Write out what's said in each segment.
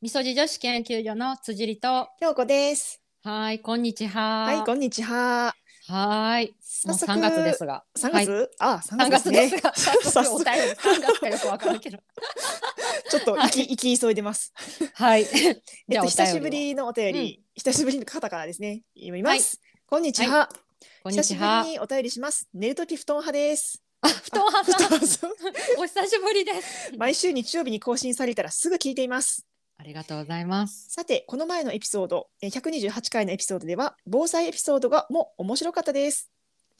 みそじ女子研究所の辻里と。京子です。はい、こんにちは。はい、こんにちは。はーい。も早う速三月ですが。三月、はいあ、三三月月でですすね。が。早 早速お速便り。三月かよくわかるけど。ちょっと行き、行き急いでます。 はい。え じっゃあお便りと、を久しぶりのお便り、久しぶりの方からですね。読みます。こんにちは、こんに久ちしぶはり。にお便りします。寝るとき布団 派です。 あ、布団派布さん。団そうお久しぶりです。毎週日曜日に更新されたらすぐ聞いています。ありがとうございます。さて、この前のエピソード、え128回のエピソードでは、防災エピソードがも面白かったです。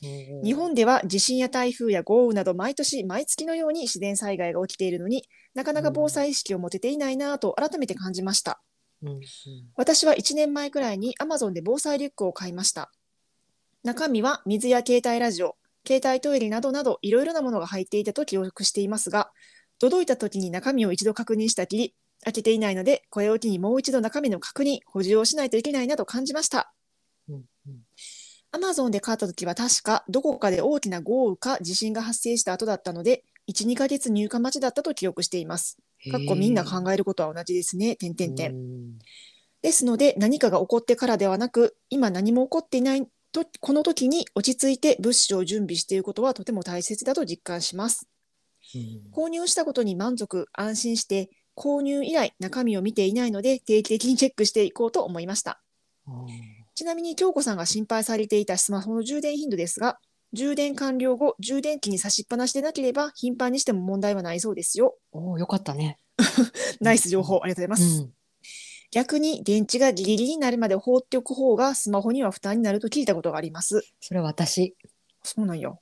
日日本では地震や台風や豪雨など毎年毎月のように自然災害が起きているのになかなか防災意識を持てていないなぁと改めて感じました私は1年前くらいに Amazon で防災リュックを買いました中身は水や携帯ラジオ携帯トイレなどなどいろいろなものが入っていたと記憶していますが届いた時に中身を一度確認したきり開けていないのでこれを機にもう一度中身の確認補充をしないといけないなと感じましたアマゾンで買った時は確かどこかで大きな豪雨か地震が発生した後だったので1、2ヶ月入荷待ちだったと記憶しています。かっこみんな考えることは同じですね。点え点点。ですので何かが起こってからではなく今何も起こっていないとこの時に落ち着いて物資を準備していることはとても大切だと実感します。購入したことに満足、安心して購入以来中身を見ていないので定期的にチェックしていこうと思いました。ちなみに京子さんが心配されていたスマホの充電頻度ですが、充電完了後、充電器に差しっぱなしでなければ頻繁にしても問題はないそうですよ。おお、よかったね。ナイス情報ありがとうごうざいます。ん。逆に電池がギリギリになるまで放っておく方がスマホには負担になると聞いたことがあります。それは 私。そうなんよ。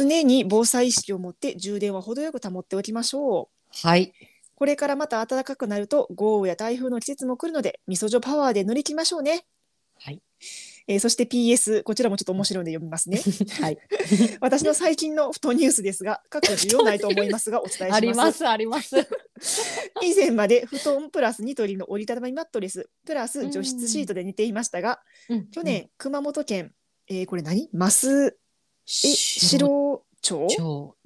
常に防災意識を持って充電は程よく保っておきましょう。はい。これからまた暖かくなると豪雨や台風の季節も来るので、みそじょパワーで乗り切りましょうね。はい。えーそして PS、こちらもちょっと面白いので読みますね。はい。私の最近の布団ニュースで すが、過去需要ないと思いますが、お伝えします。あります、 あります。以前まで布団プラスニトリの折りたたみマットレス、プラス除湿シートで寝ていましたが、うん 去年、、熊本県、えーこれ何マス、え、白白町蝶。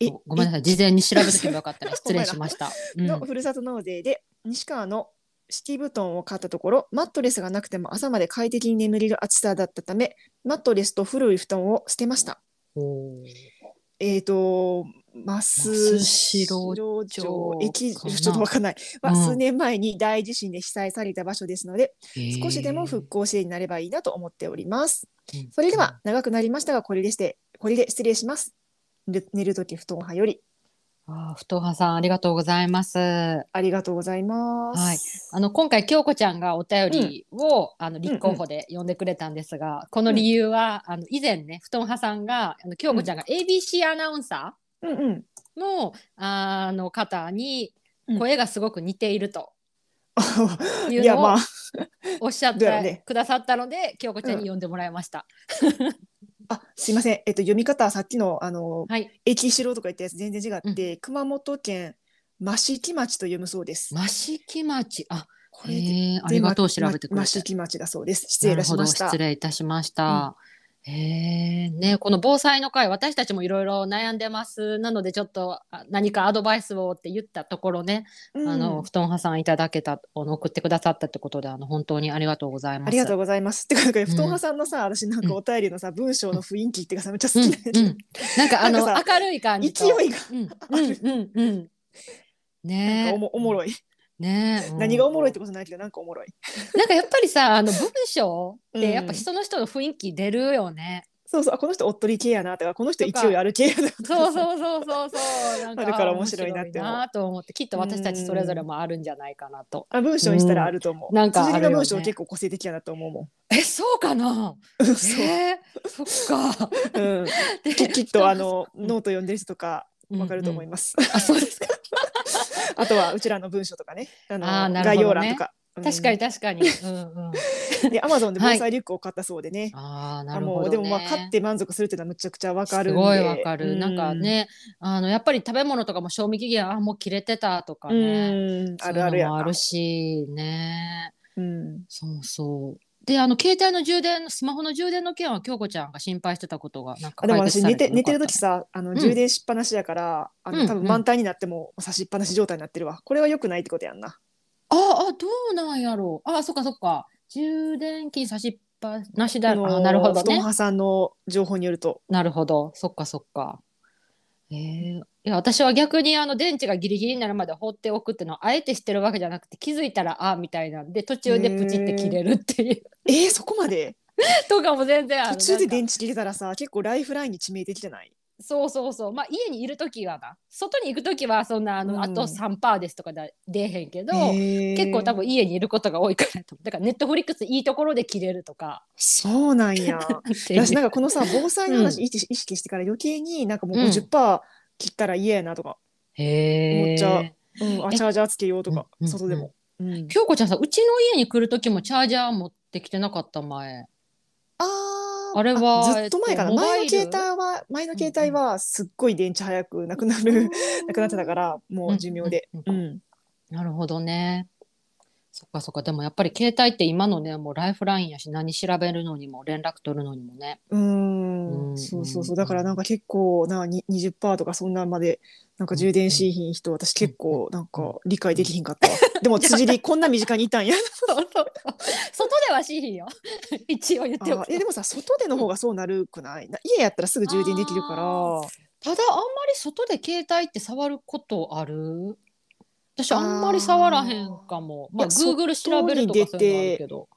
えちょっとごめんなさい、事前に調べとけばよかったね。失ほんま礼やしました。うんのふるさと納税で、西川の敷布団を買ったところ、マットレスがなくても朝まで快適に眠れる暑さだったため、マットレスと古い布団を捨てました。おーえーと、マスマスシロ白町町駅、かなちょっとわかんない。うはん数年前に大地震で被災された場所ですので、少しでも復興支援になればいいなと思っております。へーそれでは、長くなりましたが、これでして、これで失礼します。寝る寝るとき布団派より、うんあーふとはさんありがとうございます。あありがとうございます。はいの今回京子ちゃんがお便りを、あの立候補で呼んでくれたんですが、この理由は、あの以前ね布団派さんがあの京子ちゃんが ABC アナウンサうんうん。ーの、あの方にうん声がすごく似ているといいうや、のをまあ、おっしゃっどうやろうてねくださったので、京子ちゃんに呼んでもらいました。あ、すいません。えっと、読み方、さっきの、あの、はい、駅城とか言ったやつ全然違って、熊本県益城町と読むそうです。益城町あこれで、へえありがとう調べてくれて。益城町だそうです。失礼いたしました。なるほど失礼いたしました。えね、この防災の会私たちもいろいろ悩んでますなのでちょっとあ何かアドバイスをって言ったところね、うんあの布団派さんいただけたあの送ってくださったってことであの本当にありがとうございます。ありがとううございます。てか、なんか、布団派さんのさ、私なんかお便りのさ、文章の雰囲気っていうかさ、めっちゃ好きなんやん、けうどん、なんかあの なん明るい感じと勢いが、うんうんうんうんなんねかおもおもろい。いねえ、うん何がおもろいってことないけど、なんかおもろい。なんかやっぱりさあの文章ってやっぱうん人の人の雰囲気出るよね、そうそう、あこの人おっとり系やなとか、この人とか勢いある系やなとかさ。そうそうそうそうそう。なんか あるから面白いなって思面白ういなと思って、きっと私たちそれぞれもあるんじゃないかなと。あ文章にしたらあると思う。うんなんかあるよね辻の文章結構個性的やなと思うもえ、そうかな。ん。そう。えー、そっ か。うん。でききっ とあ、のうんノート読んでる人とかわかると思いまます。す。あ、そうですか。あとはうちらの文章とかね、あのあーなるほどね概要欄とか。うん確かに確かに。うんうん。で、アマゾンで防災リュックを買ったそうでね。ああ、 あなるもほど、ね。うでもまあ買って満足するっていうのはむちゃくちゃわかるんすで。ごいわかる。うなんか。ね、あのやっぱり食べ物とかも賞味期限あもう切れてたとかうね。ん、あるあるやそういうのもなあるしね。うん。そうそう。で、あの携帯の充電、スマホの充電の件は京子ちゃんが心配してたことがなんかあでも解決私さ寝れて寝てるよかっ時たさあんの充電しっぱなしやから、あうんの多分満タンになっても差しっぱなし状態になってるわこれは良くないってことやんなあどうなんやろうあそっかそっか充電器差しっぱなしだろあなるほど布団ね派さんの情報によると。なるほどそっかそっかえー、いや私は逆にあの電池がギリギリになるまで放っておくっていうのはあえてしてるわけじゃなくて気づいたらあみたいなんで途中でプチって切れるっていう えー、そこまでとかも全然ある途中でなんか電池切れたらさ結構ライフラインに致命的じゃないそうそうそうまあ家にいる時はな外に行く時はそんなあの、うんあと3%ですとかだ出えへんけど、結結構多分家にいることが多いからとだからネットフリックスいいところで切れるとかそうな んやっていう私なんかこのさ防災うの話意識意識してから余計になんかもううん50%切ったら嫌やなとか、へ思っちゃううんあえチャージャーつけようとかうんうん外でも、うん京子ちゃんさうちの家に来る時もチャージャー持ってきてなかった前あーあれはずっと前かなえっと前の携モ帯は前の携帯はすっごい電池早くなく なるなくなってたからもう寿命でうんう、うんんなるほどねそっかそっかでもやっぱり携帯って今のねもうライフラインやし何調べるのにも連絡取るのにもねうーうんんそうそうそうだからなんか結構なに20%とかそんなんまでなんか充電しひん人私結構なんか理解できひんかったわで も辻りこんな身近にい たんやそうそう 外ではしいよ 一応言っあておーくとえでもさ外での方がそうなるくないな家やったらすぐ充電できるからただあんまり外で携帯って触ることある私あんまり触らへんかもまあいや Google 調べるとかそういうのあるけど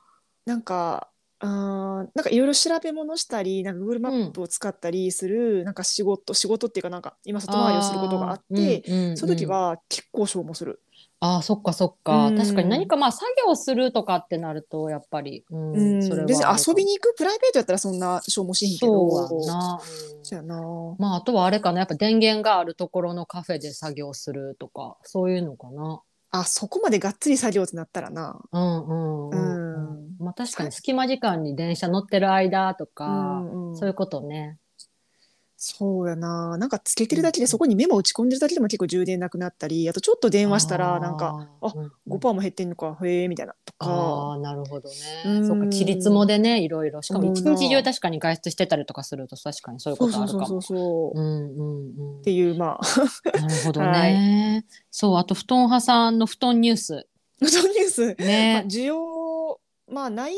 なんかあーなんかいろいろ調べ物したりなんか Google マップを使ったりする、なんか仕事仕事っていうかなんか今外回りをすることがあって、うんうんうんその時は結構消耗する。あーそっかそっか、うん確かに何かまあ作業するとかってなるとやっぱり、うんうんそれは別に遊びに行くプライベートやったらそんな消耗しひんけどそうやな、そうやなまああとはあれかなやっぱ電源があるところのカフェで作業するとかそういうのかなあそこまでがっつり作業ってなったらなうんうんうん、うまあ確かに隙間時間に電車乗ってる間とうか、んうんそういうことねそうやななんかつけてるだけでそこにメモ打ち込んでるだけでも結構充電なくなったりあとちょっと電話したらなんかあーうん5%も減ってんのかへえみたいなとかあーなるほどね、うんそっかちりつもでねいろいろしかも一思うな日中確かに外出してたりとかすると確かにそういうそこうとそあうるかそうそもうそうう。んうんうんっていうまあなるほどね。はそう、あと布団派さんの布団ニュース。 布団ニュース、まあ、ね。需要まあない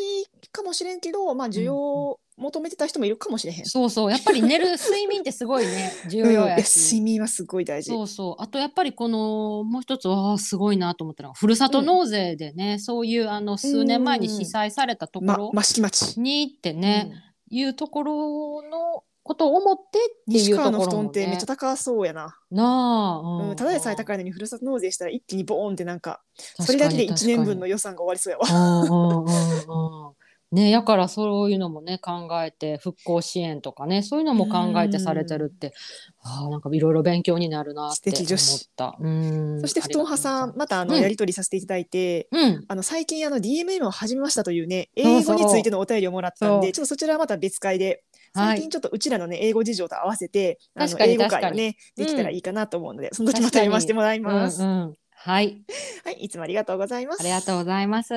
かもしれんけどまあ需要を求めてた人もいるかもしれへん。そうそう、やっぱり寝る睡眠ってすごい ね、重うんい要やや睡し。眠はすごい大事。そうそう、あとやっぱりこのもう一つはすごいなと思ったのが、ふるさと納税でね、そういうあの数年前に被災されたとこまろ益城町。にってね、うんいうところのことを思ってってい西うとこ川ろも、のね、布団ってめっちゃ高そうやな。なあ、うん、ただでさえ高いいのにふるさと納税したら一気にボーンってなんかそれだけで1年分の予算が終わりそうやわ。うんうんうんうんね、やからそういうのもね考えて復興支援とかねそういうのも考えてされてるって、あーなんかいろいろ勉強になるなって素敵思女っ子た。うんそして布団派さん、またあのうんやり取りさせていただいて、うん、あの最近あの DMM を始めましたというね、そう英語そうについてのお便りをもらったそんで、うちょっとそちらはまた別会で、は最い近ちょっとうちらのね、英語事情と合わせて、あの確かに英語会をね、で確かにきたらいいかなと思うので、その時確まかたに読ませてもらいうんます。うん、はいはい、いつもありがとうございます。ありがとうございます。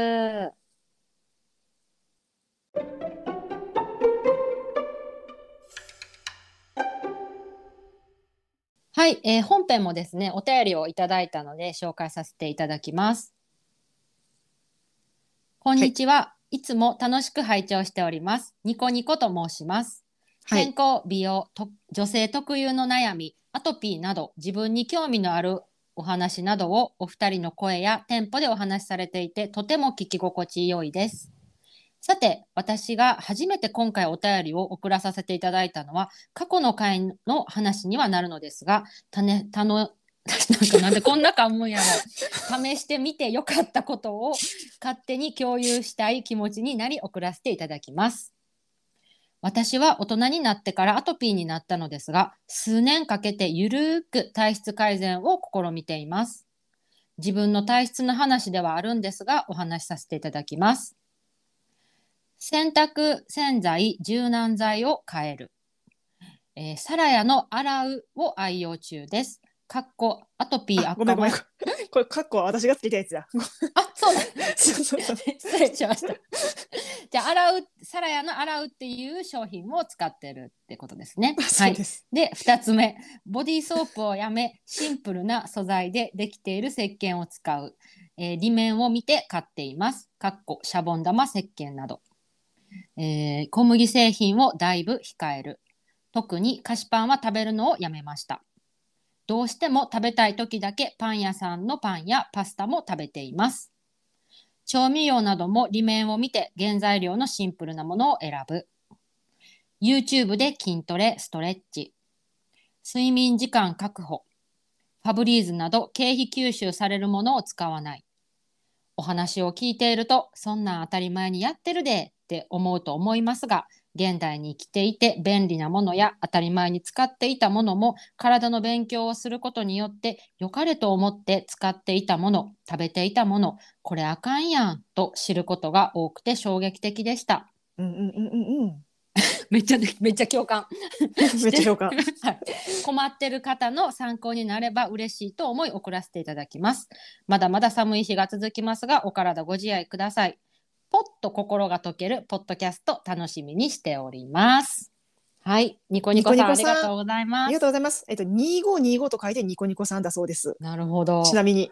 はい、えー本編もですね、お便りをいただいたので紹介させていただきます。こんにちは。いつも楽しく拝聴しております。ニコニコと申します。は健い、康、美容と、女性特有の悩み、アトピーなど、自分に興味のあるお話などをお二人の声やテンポでお話しされていて、とても聞き心地良いです。さて、私が初めて今回お便りを送らさせていただいたのは、過去の回の話にはなるのですが、たね、たの、 なんかなんでこんな感もんやろ試してみてよかったことを勝手に共有したい気持ちになり送らせていただきます。私は大人になってからアトピーになったのですが、数年かけてゆるーく体質改善を試みています。自分の体質の話ではあるんですが、お話しさせていただきます。洗濯、洗剤、柔軟剤を変える。えーサラヤの洗うを愛用中です。かっこアトピーあ悪ごめ化んごめん。は。これ、カッコは私がつけたやつ だ。あ、そうだ。そうそうそう 失礼しました。じゃあ、洗う、サラヤの洗うっていう商品を使ってるってことですね。はそういで。す。で、二つ目、ボディーソープをやめ、シンプルな素材でできている石鹸を使う。えー、利面を見て買っています。かっこシャボン玉石鹸など、えー小麦製品をだいぶ控える。特に菓子パンは食べるのをやめました。どうしても食べたい時だけパン屋さんのパンやパスタも食べています。調味料なども利面を見て原材料のシンプルなものを選ぶ。YouTube で筋トレ、ストレッチ。睡眠時間確保。ファブリーズなど経費吸収されるものを使わない。お話を聞いていると、そんなん当たり前にやってるでって思うと思いますが、現代に生きていて便利なものや当たり前に使っていたものも体の勉強をすることによって良かれと思って使っていたもの食べていたものこれあかんやんと知ることが多くて衝撃的でしたうんうんうんうんうん。めっちゃ めっちゃ共感 めっちゃ評価。はい困ってる方の参考になれば嬉しいと思い送らせていただきます。まだまだ寒い日が続きますが、お体ご自愛ください。ポッと心が溶けるポッドキャスト楽しみにしております。はい、ニコニコさんニコニコさんありがとうございあまりすが。とうございます。えっと、2525と書いてニコニコさんだそうです。なるほど。ちなみに、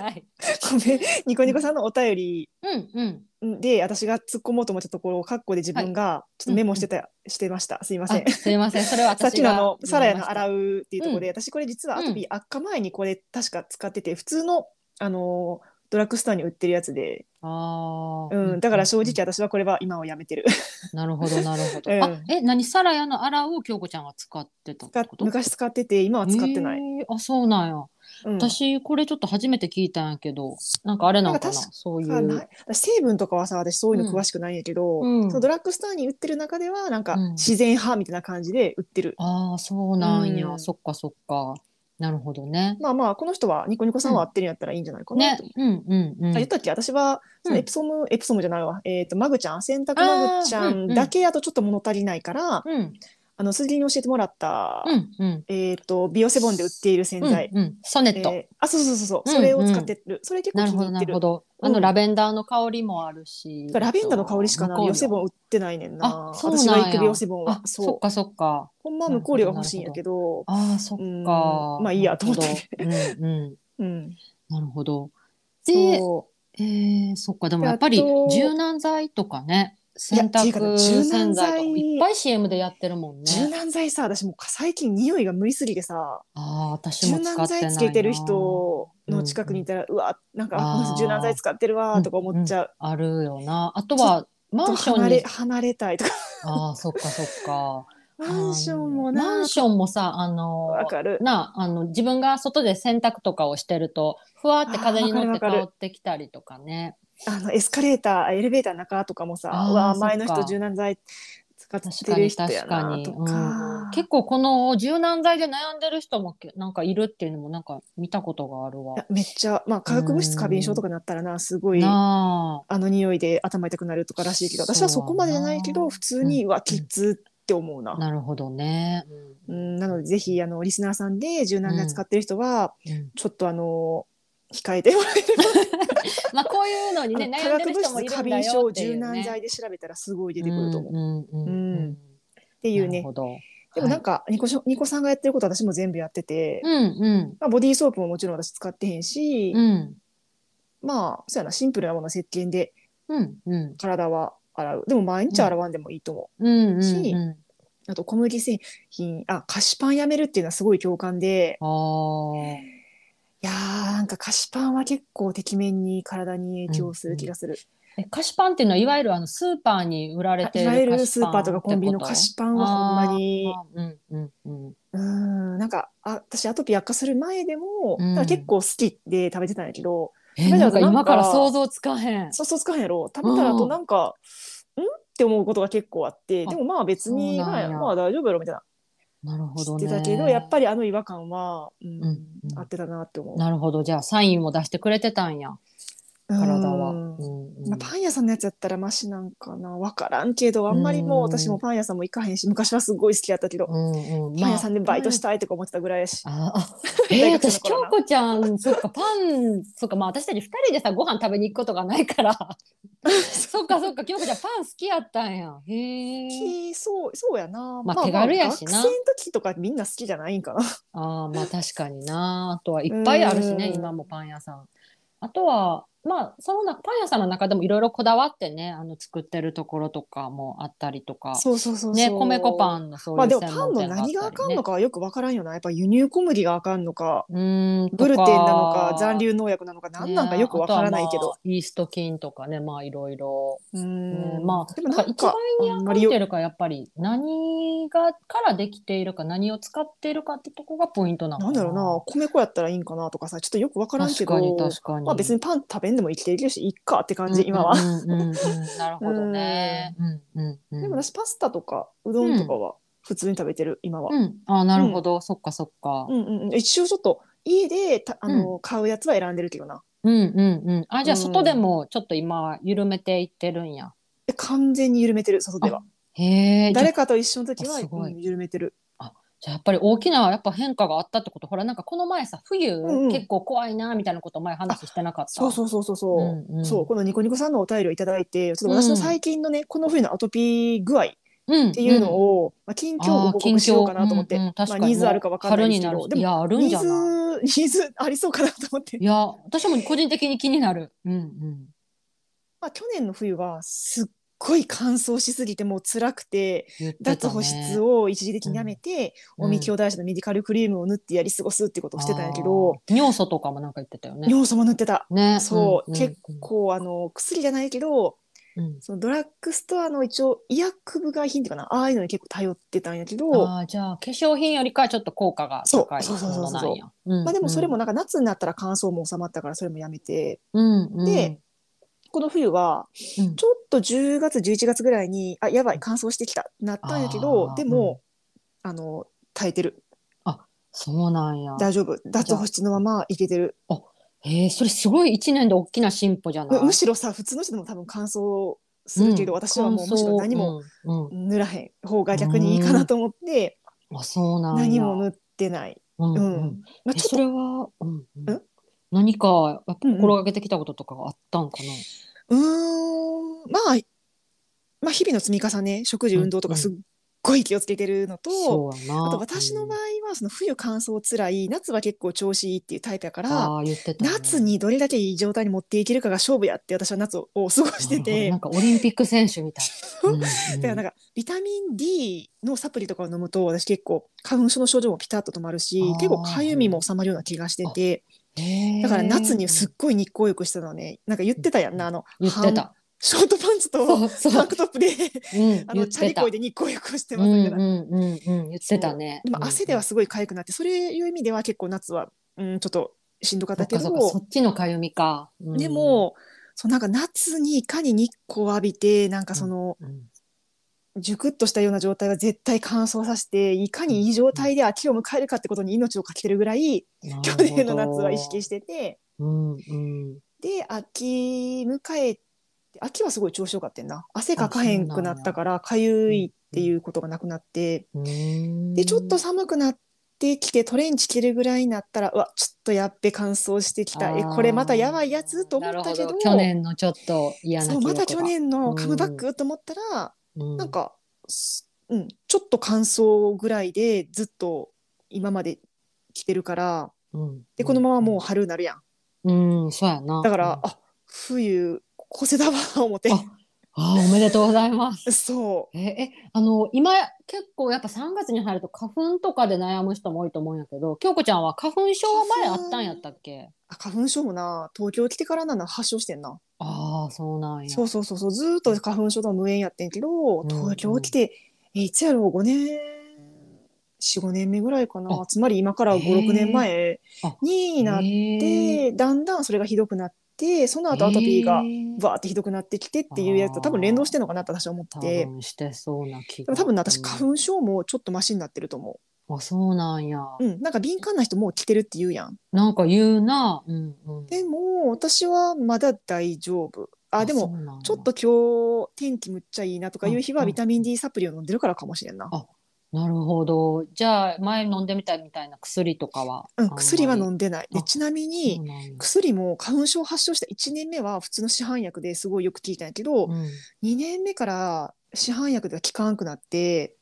はい。ごめ んニコニコさんのお便りうんうん。で、私が突っ込もうと思ったところを、カッコで自分がちょっとメモしてた、してました。すいませんあ。すいません、それは私さがっきのあの、サラヤの洗う。うっていうところで、私これ実はアトピー悪化前にこれ確か使ってて、普通の、あのー、ドラッグストアに売ってるやつで、ああ。うん、だから正直。私はこれは今はや めてる。なるほど、なるほど。 うんあ、え、何、サラヤの洗うを京子ちゃんが使ってたってこと。昔使ってて、今は使ってない。えーあ、そうなんや。うん私これちょっと初めて聞いたんやけどなんかあれなんかななんか確そういうかない私成分とかはさ私そういうの詳しくないんやけど、うんそのドラッグストアに売ってる中ではなんかうん自然派みたいな感じで売ってる、ああそうなんや、うんそっかそっかなるほどねまあまあこの人はニコニコさんは合ってるんやったらいいんじゃないかなねと、うんうんうあん言ったっけ私はそのエプソム、エプソムじゃないわ、えー、とマグちゃん洗濯マグちあゃーうんうんんだけやとちょっと物足りないからあ、うんの鈴木に教えてもらった、うんうんえっ、とビオセボンで売っている洗うん剤、うんソネット、えーあそうそうそうそう、うんそれを使ってるそれ結構な気るほどに入っなてるるほど、あうのんラベンダーの香りもあるしラベンダーの香りしかな向こういよオセボン売ってないねんなあそうなん私やが行くビオセボンはあそっかそっかほんまは向こう量が欲しいんやけど、あーそっかうんまあいいやと思ってなるほどうんうんうん、なるほどでそえー、そっかでもやっぱりであと柔軟剤とかねい洗や濯違う柔洗軟剤剤とかいっぱい CM でやってるもんう柔ね。軟剤さ私もう最近匂いが無理すぎてさああ私柔も使軟ってない剤な。つけてる人の近くにいたら、うわなんかあこのあ人ー柔軟剤使ってるわーとか思っちゃう、あるよな。あとはマンション離れに離れたいとかああそっかそっか。 マンションもあのなマンションもさあのわかるなあの自分が外で洗濯とかをしてるとふわって風に乗ってあーわかるわか香るってきたりとかね。あのエスカレーターエレベーターの中とかもさあーうわそっか前の人柔軟剤使っ確てかるに人や確かなに、とかうん、結構この柔軟剤で悩んでる人もけなんかいるっていうのもなんか見たことがあるわいや。めっちゃまあ化学物質過敏症とかになったらなすごいなあの匂いで頭痛くなるとからしいけどそう私はそこまでじゃないけなど普通にううんわきっつって思うなあ。なるほどね。うん、なのでぜひあのリスナーさんで柔軟剤使ってる人はうんちょっとあの控えてもらえまあこういうのにれば、ねあ悩のんでる人もいる過んだ敏よ症ってい柔う、ね、軟剤で調べたらすごい出てくると思う、っうんうんうんうんていうなねるほど。でもなんか、かニコしょニコさんがやってること私も全部やってて、うんまあ、ボディーソープももちろん私使ってへんし、うんうんまあそうやなシンプルなもの石鹸でうんうん体は洗うでも毎日洗わんでもいいと思う、うんうんしうん。あと小麦製品あ菓子パンやめるっていうのはすごい共感で、ああいやーなんか菓子パンは結構てきめんに体に影響する気がする。え菓子パンっていうのはいわゆるあのスーパーに売られあている菓子パわンゆるスーパーとかコンビニのってこと菓子パンはほんまにあーうんうんうんうーんなんかあ私アトピー悪化する前でも、うんだから結構好きで食べてたんやけどえーなんか今から想像つかへん。そうそうつかへんやろ食べたらあうとんなんか、んって思うことが結構あってあでもまあ別にそうなんまやあまあ大丈夫やろみたいななるほ知どっね。てたけどやっぱりあの違和感は、うんうんうんあってたなって思う。なるほどじゃあサインも出してくれてたんや。体は。うんうんうんまあ、パン屋さんのやつやったらマシなんかな分からんけどあんまりもううん私もパン屋さんも行かへんし昔はすごい好きやったけど、うんうん。パン屋さんでバイトしたたいとか思ってたぐらいやし、ああえー、 大学生私の頃京な子ちゃんそっかパンそっかまあ私たち二人でさご飯食べに行くことがない からそっかそっか京子ちゃんパン好きやったんやへえきそうそうやな、まあ手軽やしな学生の時とかみんな好きじゃないんかなああまあ確かになあとはいっぱいあるしねうん今もパン屋さんあとはまあそのなパン屋さんの中でもいろいろこだわってねあの作ってるところとかもあったりとかそうそうそうそうね米粉パンのそういまあうでも専パン門の店があったり、ね、何があかんのかはよく分からんよなやっぱ輸入小麦があかんのかうーんとかグルテンなのか残留農薬なのか何なんかよく分からないねけあとはどま、あイースト菌とかねまあいろいろうねんまあでもななんかん一概かにあん分まかりっよてるかやっぱり何がからできているか何を使っているかってとこがポイントなのなんだろうな米粉やったらいいんかなとかさちょっとよく分からんけ確どかに確かに、まあ別にパン食べんでも生きていけるしいっかって感じ、今うは。んうんうんうんなるほどね。うんうんうん、でも私パスタとかうどんとかは普通に食べてる今は。うん、あなるほど、そっかそっかう。んうんうん、一応ちょっと家でたあの、買うやつは選んでるけどなうんうんうん。あじゃあうん外でもちょっと今は緩めていってるんや。え完全に緩めてる外ではへえ。じゃ誰かと一緒の時はあすごいうん緩めてるじゃあやっぱり大きなやっぱ変化があったってことほらなんかこの前さ冬、んうん結構怖いなみたいなこと前話してなかった。そうそうそうそうそう、うんうんそうこのニコニコさんのお便りをいただいてちょっと私の最近のね、この冬のアトピー具合っうん。ていうのを、を、まあ、近況を報告しようかなと思って、うんうん確まかにあ、ニーズあるか分かんないですけ春になどでるいもやあるんニじーゃない。ズニーズありそうかなと思っていや私も個人的に気になる。うんうん。まあ、去年の冬はすっごい乾燥しすぎてもう辛くて言ってたね脱保湿を一時的にやめて、うんおみきお大社のメディカルクリームを塗ってやり過ごすってことをしてたんやけど、あー尿素とかもなんか言ってたよね。尿素も塗ってた、ね、そう、んん結構あの薬じゃないけどうんそのドラッグストアの一応医薬部外品っていうかなああいうのに結構頼ってたんやけどああじゃあ化粧品よりかはちょっと効果が高いそうそうそうそうそものなんうやうんまあ、でもそれもなんか夏になったら乾燥も収まったからそれもやめてうんうんでこの冬はうんちょっと10月11月ぐらいにあやばい乾燥してきたってなったんやけどあーでも、あの耐えてるそうなんや。大丈夫脱保湿のままいけてるへえそれすごい一年で大きな進歩じゃない。むむしろさ普通の人でも多分乾燥するけど、うん私はもうむしろ何も。乾燥うん塗らへん方が逆にいいかなと思って、うんあそうなんや。何も塗ってない、うんううんんまあ、えちょっとそれは、うんうんん何かやっぱ心がけてきたこととかがあったんかな。うーんまあまあ日々の積み重ね食事運動とかすっごい気をつけてるのと、そうやな。あと私の場合はその冬乾燥つらい夏は結構調子いいっていうタイプやから、ああー言ってたね、夏にどれだけいい状態に持っていけるかが勝負やって私は夏を過ごしてなるほどてな。んかオリンピック選手みたい。うんうんだからなんかビタミン D のサプリとかを飲むと私結構花粉症の症状もピタッと止まるしあー結構かゆみも収まるような気がしててへーだから夏にすっごい日光浴してたのねなんか言ってたやんなあの言って半た。ショートパンツとそうそうタンクトップでうんあ言のってチャリたこいで日光浴をしてうまんすうみんたいうな。んうん言ってたね。でも汗ではすごい痒くなってそれいう意味では結構夏は、うん、ちょっとしんどかったけうんうんそっかそっかそどっちのかゆみか。うんで、もそうなんか夏にいかに日光を浴びてなんかその、うんジュクッとしたような状態は絶対乾燥させていかにいい状態で秋を迎えるかってことに命をかけてるぐらい去年の夏は意識しててうんうん。で秋迎えて秋はすごい調子よかったんな汗かかへんくなったからかゆいっていうことがなくなってうんでちょっと寒くなってきてトレンチ着るぐらいになったらうわちょっとやっべ乾燥してきたえこれまたやばいやつと思っなたけるどほ去年のちょっと嫌なそう記憶まがた去年のカムバックと思ったら、ななんか、すうん、ちょっと乾燥ぐらいでずっと今まで来てるからでこのままもう春になるやんうんうんそうやな。だから、うんあ冬越せたわ思ってああーおめでとうございます。そええあの今結構やっぱ3月に入ると花粉とかで悩む人も多いと思うんやけど京子ちゃんは花粉症は前あったんやったっけうあ花粉症もな東京来てからなの発症してんなああそうなんやそうそうそうそうずーっと花粉症とは無縁やってんけどうん東京来て、えいつやろう5年45年目ぐらいかなあつまり今から56年前あになっへーてだんだんそれがひどくなってその後アトピーがへーバーってひどくなってきてっていうやつと多分連動してるのかなって私は思って多て分してそうな気でがも多分ね私花粉粉症もちょっとマシになってると思あ、そうなんや。うん、なんか敏感な人もう来てるって言うやん。なんか言うな。うんうん。でも私はまだ大丈夫。あでももちょっと。今日天気むっちゃいいなとかいう日うはんビタミン D サプリを飲んでるからかもしれんな。なるほど。じゃあ、前飲んでみたいみたいな薬とかは。うん、薬は飲で。んでない。であちなみにそうなんや薬も花粉症を発症した1年目は普通の市販薬ですごいよく効いたんやけど、うん2年目から市販薬では効かんくなって、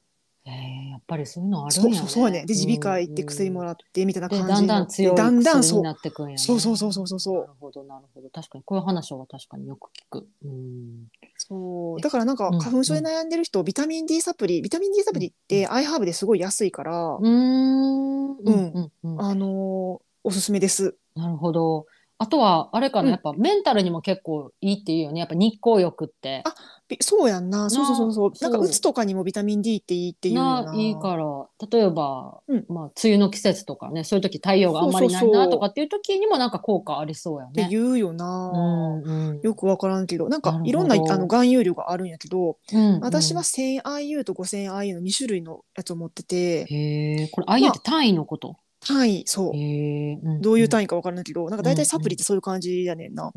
えーやっぱりそういうのあるんそやうね。そうそうやねで耳鼻科行って薬もららってみたいなで感じだんにだなっんて強いだんだん薬そにうなってくんやね。そうそうそうそうそうそうなるほどなるほど。確かにこういう話は確かによく聞く。うん。そうだからなんかうん花粉症で悩んでる人、ビタミン D サプリビタミン D サプリってアイハーブですごい安いから、うーん。うんうんうん。あのーおすすめです。なるほど。あとはあれかうんな。やっぱメンタルにも結構いいっていうよね。やっぱ日光浴って。あびそうやんなそうそうそうそうそなうんかうつとかにもビタミン D っていいっていうよなないいから例えば、うんまあ、梅雨の季節とかねそういう時太陽があんまりなそいうそうそなうとかっていう時にもなんか効果ありそうやってね。言うような、んうんよくわからんけどななんかるほどいろんなあの含有量があるんやけど、うんうん私は 1000IU と 5000IU の2種類のやつを持っててへえこれあゆって単位のこと、単位そうへえどういう位単位かわからんけどなんか大体サプリってそういう感じやねんな。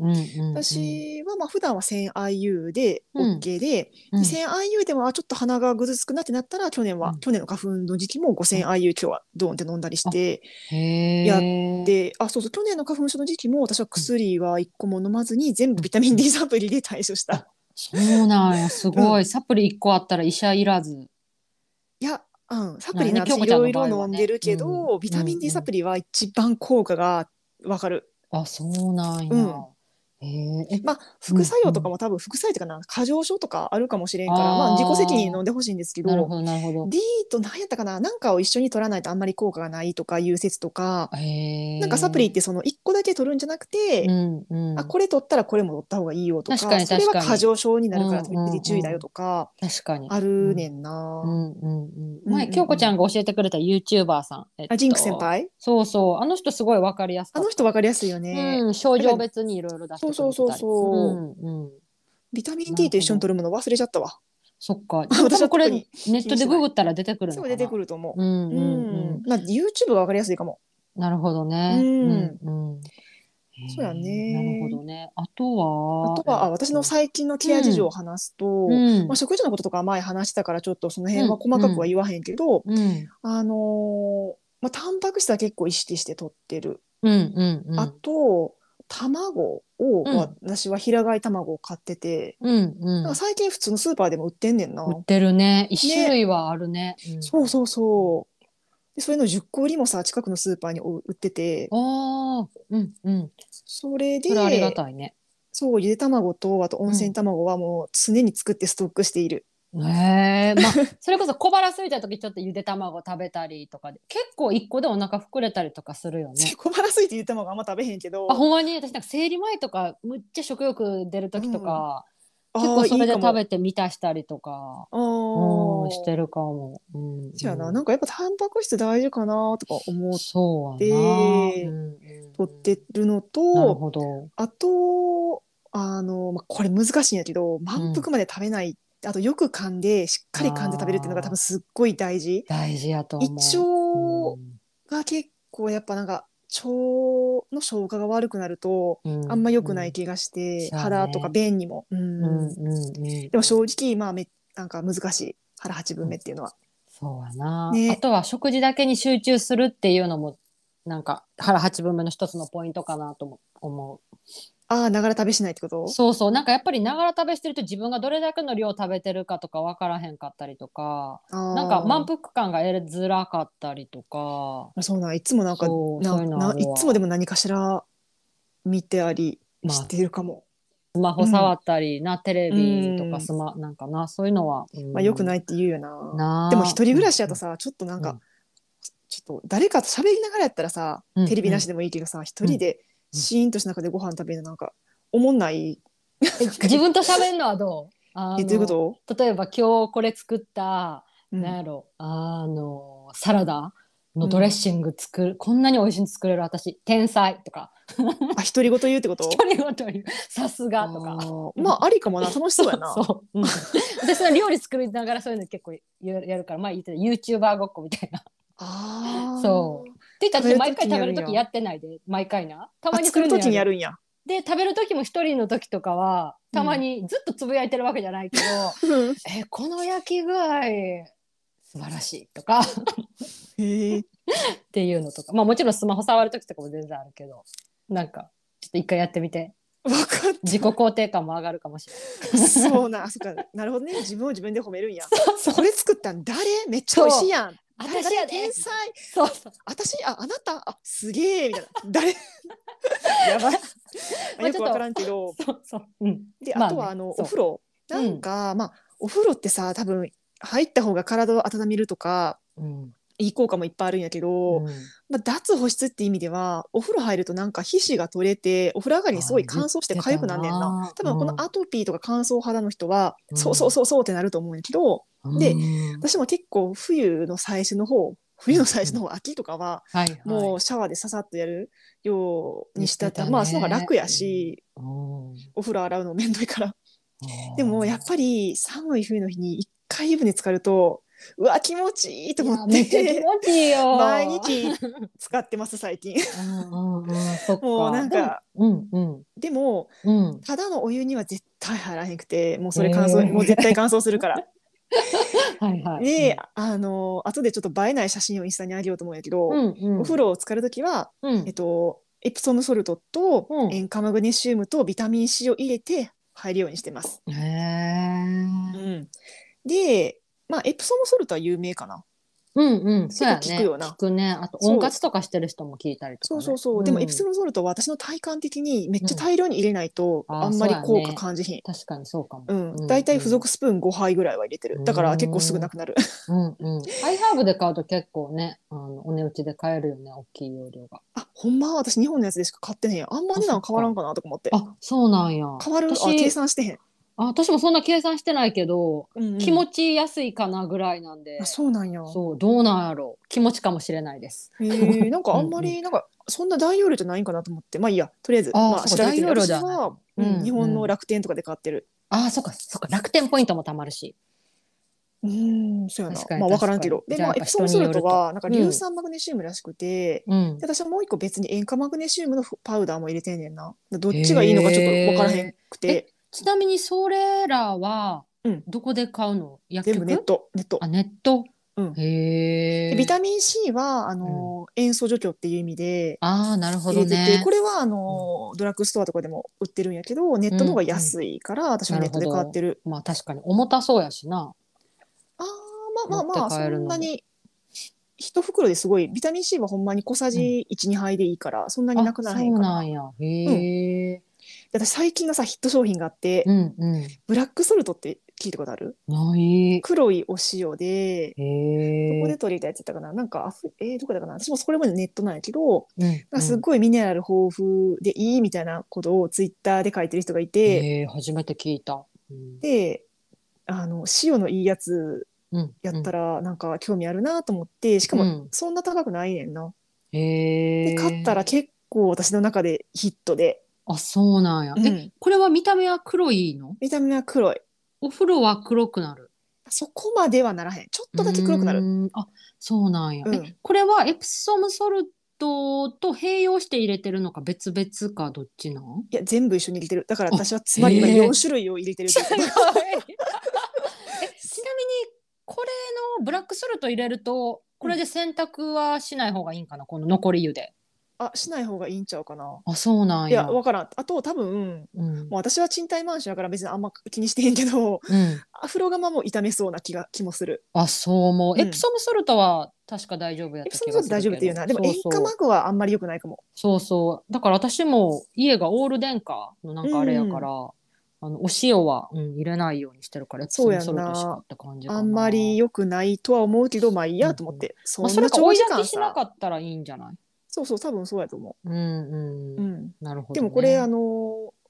私はまあ普段は 1000IU でうん OK で、うん 1000IU でもあちょっと鼻がぐずつくなってなったら去年は、うん去年の花粉の時期も 5000IU 今日はドーンって飲んだりして、へえやであそうそう去年の花粉症の時期も私は薬は1個も飲まずに全部ビタミン D サプリで対処した。そうなんやすごい、サプリ一個あったら医者いらずいやうん、サプリななかん私ねいろいろ飲んでる京子ちけゃんの場合はねど、うんビタミン D サプリは一番効果がわかる。あそうなんや、うんへええまあ、副作用とかも多分副作用とかな過剰症とかあるかもしれんから、あーまあ、自己責任飲んでほしいんですけなるどほどなるほ D と何やったかななんかを一緒に取らないとあんまり効果がないとかいう説とかどへえなんかサプリってその1個だけ取るんじゃなくて、うんうんあこれ取ったらこれも取った方がいいよとか確かにそれ確はかに過剰症になるからうん取り注意だよとか確かにあるねんな。うんうんうんうんうんう前、ん京子ちゃんが教えてくれた YouTuber さん。えっとあジンク先輩そうそう。あの人すごいわかりやすかあっの人わかりやすいよた。ね、うん、症状別にいろいろ出してくれてたりそうそうそうそううんうん。ビタミン D と一緒に取るもの忘れちゃったわ。そっか。私は多分これ、特ネにットでググったら出てくるすのぐかな。出てくる。ると思う。うんううんんうん。まあ、YouTube がわかりやすいかも。なるほどね。うんうんうん。へーそうやねなるほどね。あとは。あとはあ私の最近のケア事情を話すと、うんまあ、食事のこととかは前話したからちょっとその辺は細かくは言わへんけど、うんあのーまあ、タンパク質は結構意識して取ってる、うんうんうん。あと卵を、うん私は平飼い卵を買ってて、うんうなんんか。最近普通のスーパーでも売ってんねんな、売ってるね。一種類はあるね。うんそうそうそうでそういうの10個売りもさ近くのスーパーにお売っててああ、うんうん。それでそれありがたいね。そうゆで卵とあと温泉卵はもう常に作ってストックしている、ね え、まあ、それこそ小腹空いた時ちょっとゆで卵食べたりとかで、結構一個でお腹膨れたりとかするよね。小腹空いてゆで卵あんま食べへんけどあ、ほんまに私なんか生理前とか、むっちゃ食欲出る時とか、あー結構それでいいかも食べて満たしたりとか、あうーん、してるかも。うん、うんそうやななんかやっぱタンパク質大事かなとか思っそうやな。でうんとって、るのうんなるとほど。あとあの、まあ、これ難しいんやけど満腹まで食べない、あとよく噛んでしっかり噛んで食べるっていうのがあー多分すっごい大事大事やと胃思う。腸が結構やっぱなんか腸の消化が悪くなるとあんま良くないけ気がして、そうね肌とか便にも、うんどうんうんうん。でも正直まあめなんか難しい腹八分目っていうのは、そうやな、ねあとは食事だけに集中するっていうのもなんか腹八分目の一つのポイントかなとも思ああながら食べしないってことうそうそうなんかやっぱりながら食べしてると自分がどれだけの量食べてるかとか分からへんかったりとかななんか満腹感が得づらかったりとかそうなんいつもなんかそうなそういうのあなるいわつもでも何かしら見てありまあしてるかも、スマホ触ったり、なテレビとうかんスマ、なんかなそういうのは、うんまあ、よくないって言うよななでも一人暮らしやとさ、さちょっとなんうかんちょっと誰かと喋りながらやったらさうんテレビなしでもいいけどさ一人でシーンとした中でご飯食べるのなんかおもんないうんえ自分と喋るのはどうあえのどういうこと、例えば今日これ作ったうんなんやろあのサラダのドレッシング作る、こんなに美味しいの作れる私天才とかあ独り言言うってこと独り言言うさすがとあかーまあありかもな楽しそうやなそうそう、うん、私の料理作りながらそういうの結構やるやるから前言ってた YouTuber ごっこみたいなああ。そう。でた食べる毎回時に食やべるんるや時やってないで毎回なたまあに作る時にやるんや。で食べる時も一人の時とかはたまにずっとつぶやいてるわけじゃ ないけど、えこの焼き具合素晴らしいとかっへえ。ていうのとかまあもちろんスマホ触る時とかも全然あるけどなんかちょっと一回やってみてわかっ自己肯定感も上がるかもしれない。た。そうな、あそっか。なるほどね。自分を自分で褒めるんや。 そうこれ作ったん誰めっちゃ美味しいやん。誰私やで天才。そうそう私、あ、あなた、あ、すげえみたいな。誰 やばい。まあよくわからんけど。そうそう、うん、で、まああねとはあの、そうお風呂。うなんんか、まあ、お風呂ってさ、多分、入った方が体を温めるとか、うんいい効果もいっぱいあるんやけど、まあ、脱保湿って意味では、お風呂入るとなんか皮脂が取れて、お風呂上がりにすごい乾燥して痒くなんねんな。多分このアトピーとか乾燥肌の人は、うんそうそうそうそうってなると思うんやけど、でうん私も結構冬の最初の方、冬の最初の方、秋とかは、はいはい、もうシャワーでささっとやるようにしたって、言ってたねまあその方が楽やし、うんお風呂洗うのめんどいから。うんでもやっぱり寒い冬の日に一回湯船浸かると、うわ、気持ちいいと思っいやめっちゃ気て、持ちいいよ。 毎日 使ってます、最近。うんうんうん。そっか。もうなんか、でも。うんでも、うんうん。ただのお湯には絶対入らへんくてもうそれ乾燥、えーもう絶対乾燥するから はいはい。で、あの後でちょっと映えない写真をインスタにあげようと思うんやけど、うんうん。お風呂。呂を浸かる時は、うんえっ。と、エプソムソルトとうん塩化マグネシウムとビタミン C を入れて入るようにしてます、へえ。で、まあ、エプソムソルトは有名かなうんうん。そうやね。結構効くよな効くね。あとそう温活とかしてる人も聞いたりとかそね。うそうそう、でもエプソム。ムソルトは私の体感的にめっちゃ大量に入れないとうんあんまりあーそう効やね果感じひん、確かにそうかも。うん、大体付属スプーン5杯ぐらいは入れてるだから結構すぐなくなるうんうん。アイハーブで買うと結構ね、あのお値打ちで買えるよね、大きい容量が。 あ、ほんま私日本のやつでしか買ってへんやん。あんま値段変わらんかなとか思って。あ、そうなんや。変わるあ、私計算してへん。あ私もそんな計算してないけど、うんうん気持ち安いかなぐらいなんで。あ、そうなんや。そう、どうなんやろう。気持ちかもしれないです。へ え、なんかあんまり、なんか、そんな大容量じゃないんかなと思って。まあいいや、とりあえず、あーまあそう調べて大み容る量私じゃないは、ううんん、日本うのん楽天とかで買ってる。ああ、そっか、そっか、楽天ポイントもたまるし。うん、そうやな確か。にまあわからんけど確。かにで、じゃあまあやっぱエプ人ソムによソるルとトは、なんかうん硫酸マグネシウムらしくて、うんで。私はもう一個別に塩化マグネシウムのパウダーも入れてんねんな。どっちがいいのかちょっとわからへんくへーえて、ちなみに、それらはうん、どこで買うの、薬全部局ネット、ネット。あ、ネットうんへでえ。ビタミン C は、あの、塩素除去っていう意味で、ああ、なるほ入どれてて、ねこ。れはあの、ドラッグストアとかでも売ってるんやけどネットの方が安いから、私はネットで買ってるまあ、確かに、重たそうやしな。あーまあまあまあ持ってそ帰るのんなに一袋ですごいビタミン C はほんまに小さじ12、杯でいいからそんなになあ、くならそへんうかならんや。へえ。で私最近のさヒット商品があって、うん、うん。ブラックソルトって聞いたことあるない。黒いお塩でへどこえで。取りたやつやったかななんかアフえーどこだかな私もそれもネットなんやけどうんなんかすっごいミネラル豊富でいいみたいなことをツイッターで書いてる人がいて、へえ、初めて聞いた。うんであの塩のいいやつうんやったら。らなんか興味あるなと思ってしかうもんそんな高くないねんな。へえ。で買ったら。結構私の中でヒットで、あ、そうなんや。うえ、んこれは見た目は黒いの見た目は黒いお風呂は黒くなる。そこまではならへんちょっとだけ黒くなうる。ーん。あ、そうなんや。うんえこれはエプソムソルトと併用して入れてるのか別々かどっちなん？いや全部一緒に入れてるだからあ私はつまり今へえ4種類を入れてるってことえちなみにこれのブラックソルト入れるとこれで洗濯はしない方がいいんかなこの残り湯で。あしない方がいいんちゃうかな。あ、そうなんいやや。分からんあと多分うんもう私は賃貸マンションだから別にあんま気にしてへんけど うん。アフロ釜も痛めそうな気が気もする。あ、そう思う。うんエプソムソルトは確か大丈夫やっエたプソ気ムソがルすトるけど。大丈夫っていうなでもそう塩そう化マグはあんまり良くないかも。そうそう。だから私も家がオール電化のなんかあれやから、あのお塩は、うん、入れないようにしてるから、そうやエプんなソムソルトしかって感じかな。あんまり、良くないとは思うけどまあいいやと思って、そまあ、んそれなか追長い時焼間きしなさかったらいいんじゃないそうそう多分そうやと思うんう。う、うんん、なるほど、ね。でもこれ、あの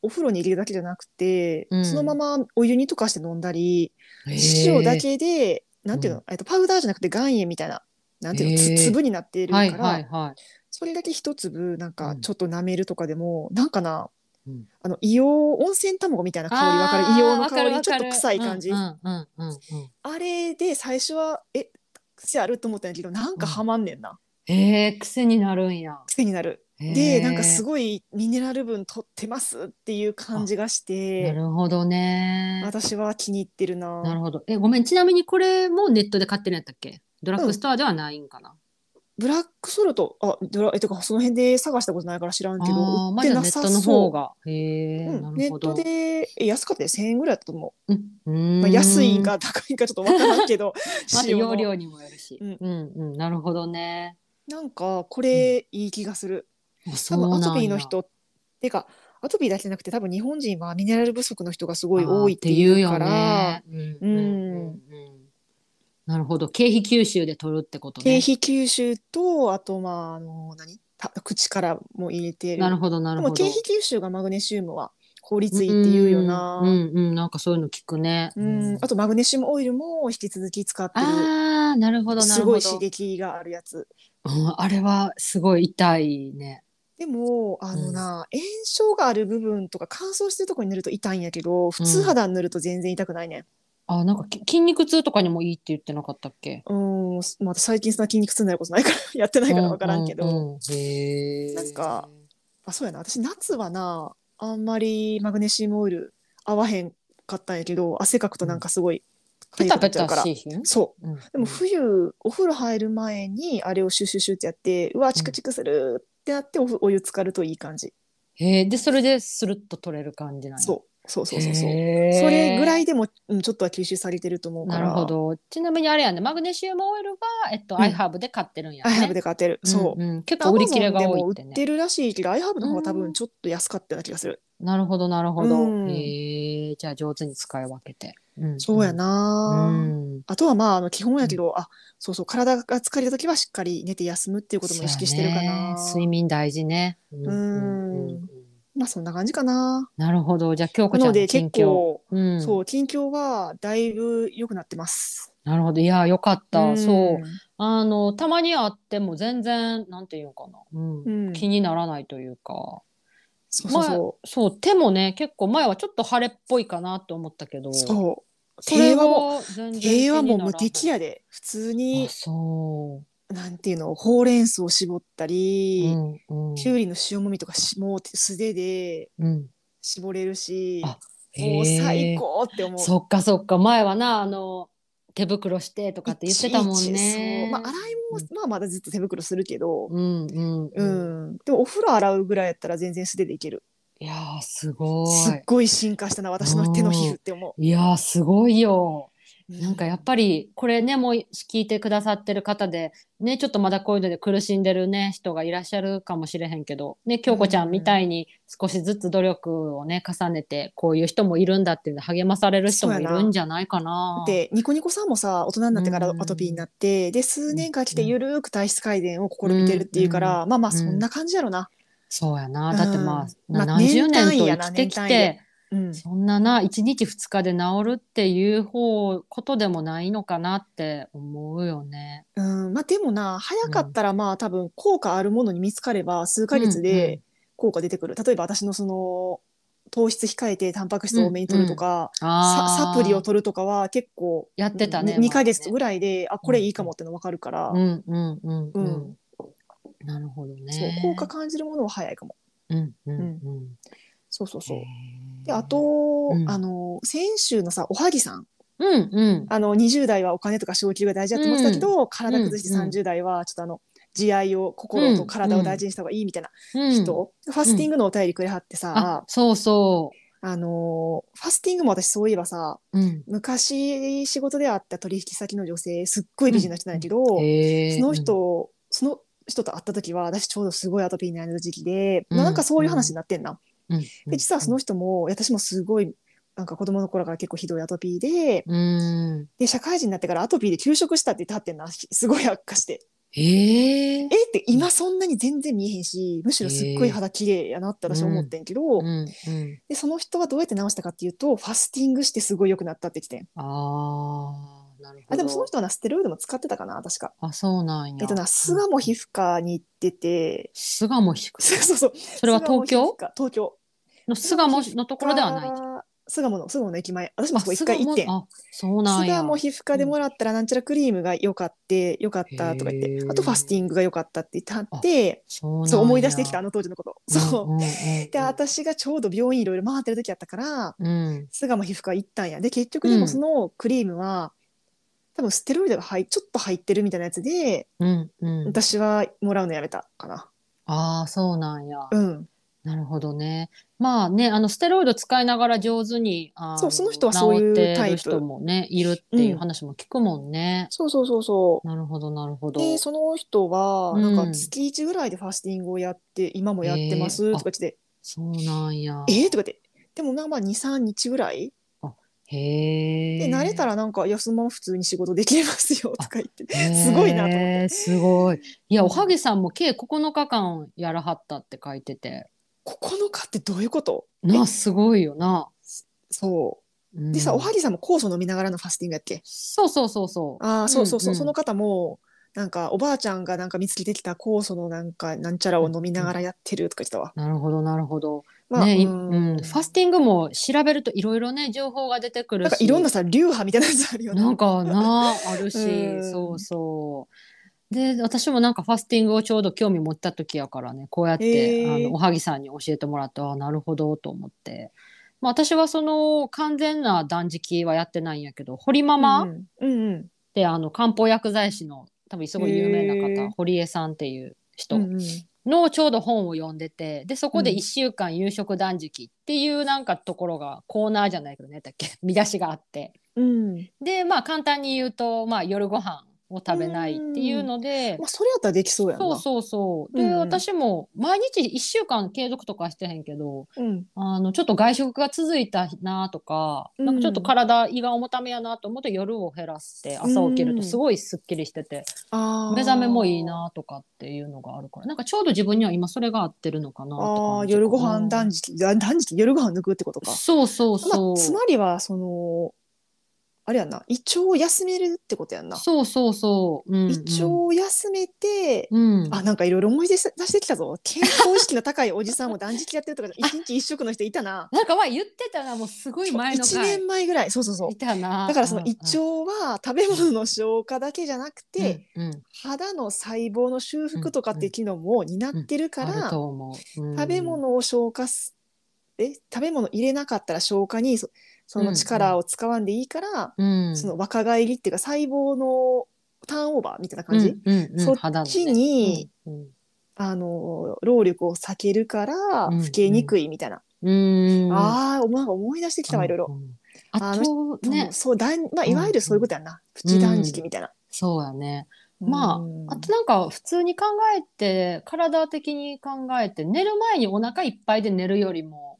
お風呂に入れるだけじゃなくて、うんそのままお湯に溶かして飲んだりへー、塩だけでなんていうの、うえっとパウダーじゃなくて岩塩みたいななんていうの、つへー粒になっているかはら、いはいはそれだけ一粒なんうかんちょっと舐めるとかでも、なんかな、うん。あの硫黄温泉卵みたいない香りわかるあー硫黄のわか香るりわちょかっると臭い感じ、うんうんうんうんうんあれで最初はえ癖あると思ったんやけどなんかハマんねんな、へえ癖になるんや。癖になるへでえなんかすごいミネラル分取ってますっていう感じがしなてるほどね。私は気に入ってるななるほど。えごめんちなみにこれもネットで買ってるんやったっけドラッグストアではないんかな。ブラックソルトあドラえてかその辺で探したことないから知らんけあどあ売まっあじてゃあなネッさトの方そうが。へえうんなネるッほトど。でえ安かったよ1000円ぐらいだったと思うんう、うまあ、ん安いんか高いんかちょっとわからんけど また塩の容量にもよるし。ううんん、うん、なるほどね。なんかこれいい気がするあ多そう分なアんやトピーの人てかアトピーだけじゃなくて多分日本人はミネラル不足の人がすごい多いっていうかあらーっていうよね。うんうんうんうんなるほど経費吸収で取るってこと経ね。費吸収とあとまああの何た口からも入れてるなるほどなでるほもど。経費吸収がマグネシウムは効率いいっていうよな、うんうん、うんなんかそういうの聞くね。うん、あとマグネシウムオイルも引き続き使ってるあーなるほどなするほごいど。刺激があるやつうんあれはすごい痛いね。でもあのな、炎症がある部分とか乾燥してるとこに塗ると痛いんやけど普通肌に塗ると全然痛くないねあなんかき筋肉痛とかにもいいって言ってなかったっけ？うん、まあ、最近そんな筋肉痛になることないから やってないから分からんけど、うううんへーなんかあそうやな私夏はなあんまりマグネシウムオイル合わへんかったんやけど汗かくとなんかすごい痒ペくなタっペちゃうタからしいひん。そううんでも冬お風呂入る前にあれをシュシュシュってやってうわチクチクするってなっておふお湯浸かるといい感じ、へえでそれでするっと取れる感じなんやそうそうそうそうそうへーそれぐらいでも、うん、ちょっとは吸収されてると思うかならるほどちなみにあれやねマグネシウムオイルが、えっとうんアイハーブで買ってるんや、アね、イハーブで買ってる、そううんうん結ア構売マりゾ切れンがで多もい売ってっねてるらしいけどアイハーブの方が多うん分ちょっと安かったような気がする、なるほどなるほど、うんへえじゃあ上手に使い分けて、んそうやうな、んあとはまああの基本やけど、あそうそう体が疲れた時はしっかり寝て休むっていうことも意識してるかそうやな、ね睡眠大事ねうんうんまあそんな感じかななるほどじゃあ京子なちゃのんので近結況、構、うん、そう近況はだいぶ良くなってますなるほどいやよかった、んそうあのたまにあっても全然なんていうのかな、うんうん気にならないというかそうそうそそう手もね結構前はちょっと腫れっぽいかなと思ったけどうそうそれ平和もは全然平和も気になら無ん敵やで普通にあそなんていうのほうれん草を絞ったう、うり、んうんきゅうりの塩もみとかしもう素手でうん、絞れるしあもうへえ最高って思うそっかそっか前はなあの手袋してとかって言ってたもんいちいちそねうまあ、洗いも、まあ、まだずっと手袋するけど、うんうんううん、んでもお風呂洗うぐらいやったら全然素手でいけるいやーすごすっいごい進化したな私の手の皮膚って思いやーすごいようなんかやっぱりこれねもう聞いてくださってる方でねちょっとまだこういうので苦しんでるね人がいらっしゃるかもしれへんけどね京子ちゃんみたいに少しずつ努力をね重ねてこういう人もいるんだっていうの励まされる人もいるんじゃないかな。でニコニコさんもさ大人になってからうんアトピーになって、で数年間来てうんゆるーく体質改善を試みてるっていうから、まあまあそんな感じやろな、そうやなだってまあ、うんまあ何十年と年単位生やなきてき年単位てでうんそんなな1日2日で治るっていう方ことでもないのかなって思うよね。うんまあでもな早かったらまあ多分効果あるものに見つかれば数ヶ月うんうで効果出てくる、例えば私のその糖質控えてタンパク質多めに取るとか、あさーサプリを取るとかは結構やってたね2前ヶね月ぐらいで、あこれいいかもっての分かるから、うんうんうんううんん。なるほどそうね。効果感じるものは早いかもうんうんううん。そうそうそうへーであと、んあの先週のさおはぎさんうんうん。あの20代はお金とか昇給が大事だと思ってたけど、体崩してうんうん30代はちょっとあの慈愛を心と体を大事にした方がいいみたいなうん人、ファスティングのお便りくれはってあさ、そうそあのーファスティングも私そういえばさう。うん。昔仕事で会った取引先の女性すっごい美人な人なんやけど、へーその人、。その人と会った時は私ちょうどすごいアトピーになる時期で、うんなんかそういう話になってんな。うんで実はその人も私もすごいなんか子供の頃から結構ひどいアトピーでうん。で社会人になってからアトピーで休職したって言ってはってんなすごい悪化してへええ。って今そんなに全然見えへんしむしろすっごい肌綺麗やなって私は思ってんけど、うんうん。でその人はどうやって治したかっていうとファスティングしてすごい良くなったってきてんああ。なるほど。あでもその人はなステロイドも使ってたかな確かあそうなんや。えっとな巣鴨皮膚科に行ってて、巣鴨皮膚科。そうそうそうそれは東巣鴨皮京膚科東京の巣鴨のところではない。あー巣鴨の巣鴨の駅前私もあそこ一回行って巣ん鴨あそうなん巣や。鴨皮膚科でもらったらなんちゃらクリームが良かって良かったとか言っへてーあとファスティングが良かったって言ってはってそうなんやそう思い出してきたあの当時のこと、そうでで、私がちょうど病院いろいろ回ってる時やったからうん、巣鴨皮膚科行ったんやで結局でうもんそのクリームは、多分ステロイドが入ちょっと入ってるみたいなやつでうん、うん。私はもらうのやめたかなああ、そうなんや。うんなるほどね。まあね、あのステロイド使いながら上手に、あのそうその人はそういう治ってるタイプ人もね、いるっていううん話も聞くもんね。そうそうそうそうなるほど、なるほど。でその人はうんなんか月1ぐらいでファスティングをやって今もやってますへーとか言ってそうなんや。えー、とか言ってでもまあまあ23日ぐらいへえ。で慣れたららなんかいやそのまま普通に仕事できますよとか言ってすすごいなと思ってすごい。いや、うんおはぎさんも計9日間やらはったって書いてて。 9日ってどういうことな、すごいよな。そうんうでさ、おはぎさんも酵素飲みながらのファスティングやっけそうそうそうそう。ああそうそうそう、うんうんその方もなんかおばあちゃんがなんか見つけてきた酵素のなんかなんちゃらを飲みながらやってるとか言ってたわ、なるほどなるほど。まあ、ね、いうんうん、ファスティングも調べるといろいろね情報が出てくるなんし、かいろんなさ流派みたいなやつあるよねなんかなあるし、うんそうそう。で私もなんかファスティングをちょうど興味持った時やからねこうやって、へーあのおはぎさんに教えてもらってあなるほどと思って、まあ、私はその完全な断食はやってないんやけど堀ママうっんうん、うんうんて、あの漢方薬剤師の多分すごい有名なへー方堀江さんっていう人、うんうんのちょうど本を読んでてでそこでうん1週間夕食断食っていうなんかところがコーナーじゃないけどね だっけ見出しがあってうんでまあ簡単に言うと、まあ、夜ご飯を食べないっていうのでまあ、それやったらできそうやんそなうそうそうで、うんうん私も毎日1週間継続とかしてへんけどうんあのちょっと外食が続いたなとか,、なんかちょっと体胃が重ためやなと思って夜を減らして朝起きるとすごいすっきりしてて、あー目覚めもいいなとかっていうのがあるからなんかちょうど自分には今それが合ってるのかなってああ感じかな夜ご飯断食だ断食夜ご飯抜くってことか、そうそうまそあ、う、つまりはそのあれやんな胃腸を休めるってことやんな、そうそうそう、うんうん、胃腸を休めて、うんあなんかいろいろ思い出し出してきたぞ健康意識の高いおじさんも断食やってるとか 一日一食の人いたななんかまあ言ってたなもうすごい前の1回年前ぐらいそうそうそういたなだからその胃腸っは食べ物の消化だけじゃなくて、、うんうんうん肌の細胞の修復とかっていう機能も担ってるから、あると思う、うん食べ物を消化すえ食べ物入れなかったら消化にそその力を使わんでいいから、うんその若返りっていうか細胞のターンオーバーみたいな感じ、うんうんうん、そっ肌のねちに、うんうんあの労力を避けるからうん老けにくいみたいな、うん、あーおなんか思い出してきたわいろいろ、うんうんあとそのねそうだんまあ、いわゆるそういうことやんな、プチ断食みたいな、そうやねまあうんあとなんか普通に考えて体的に考えて寝る前にお腹いっぱいで寝るよりも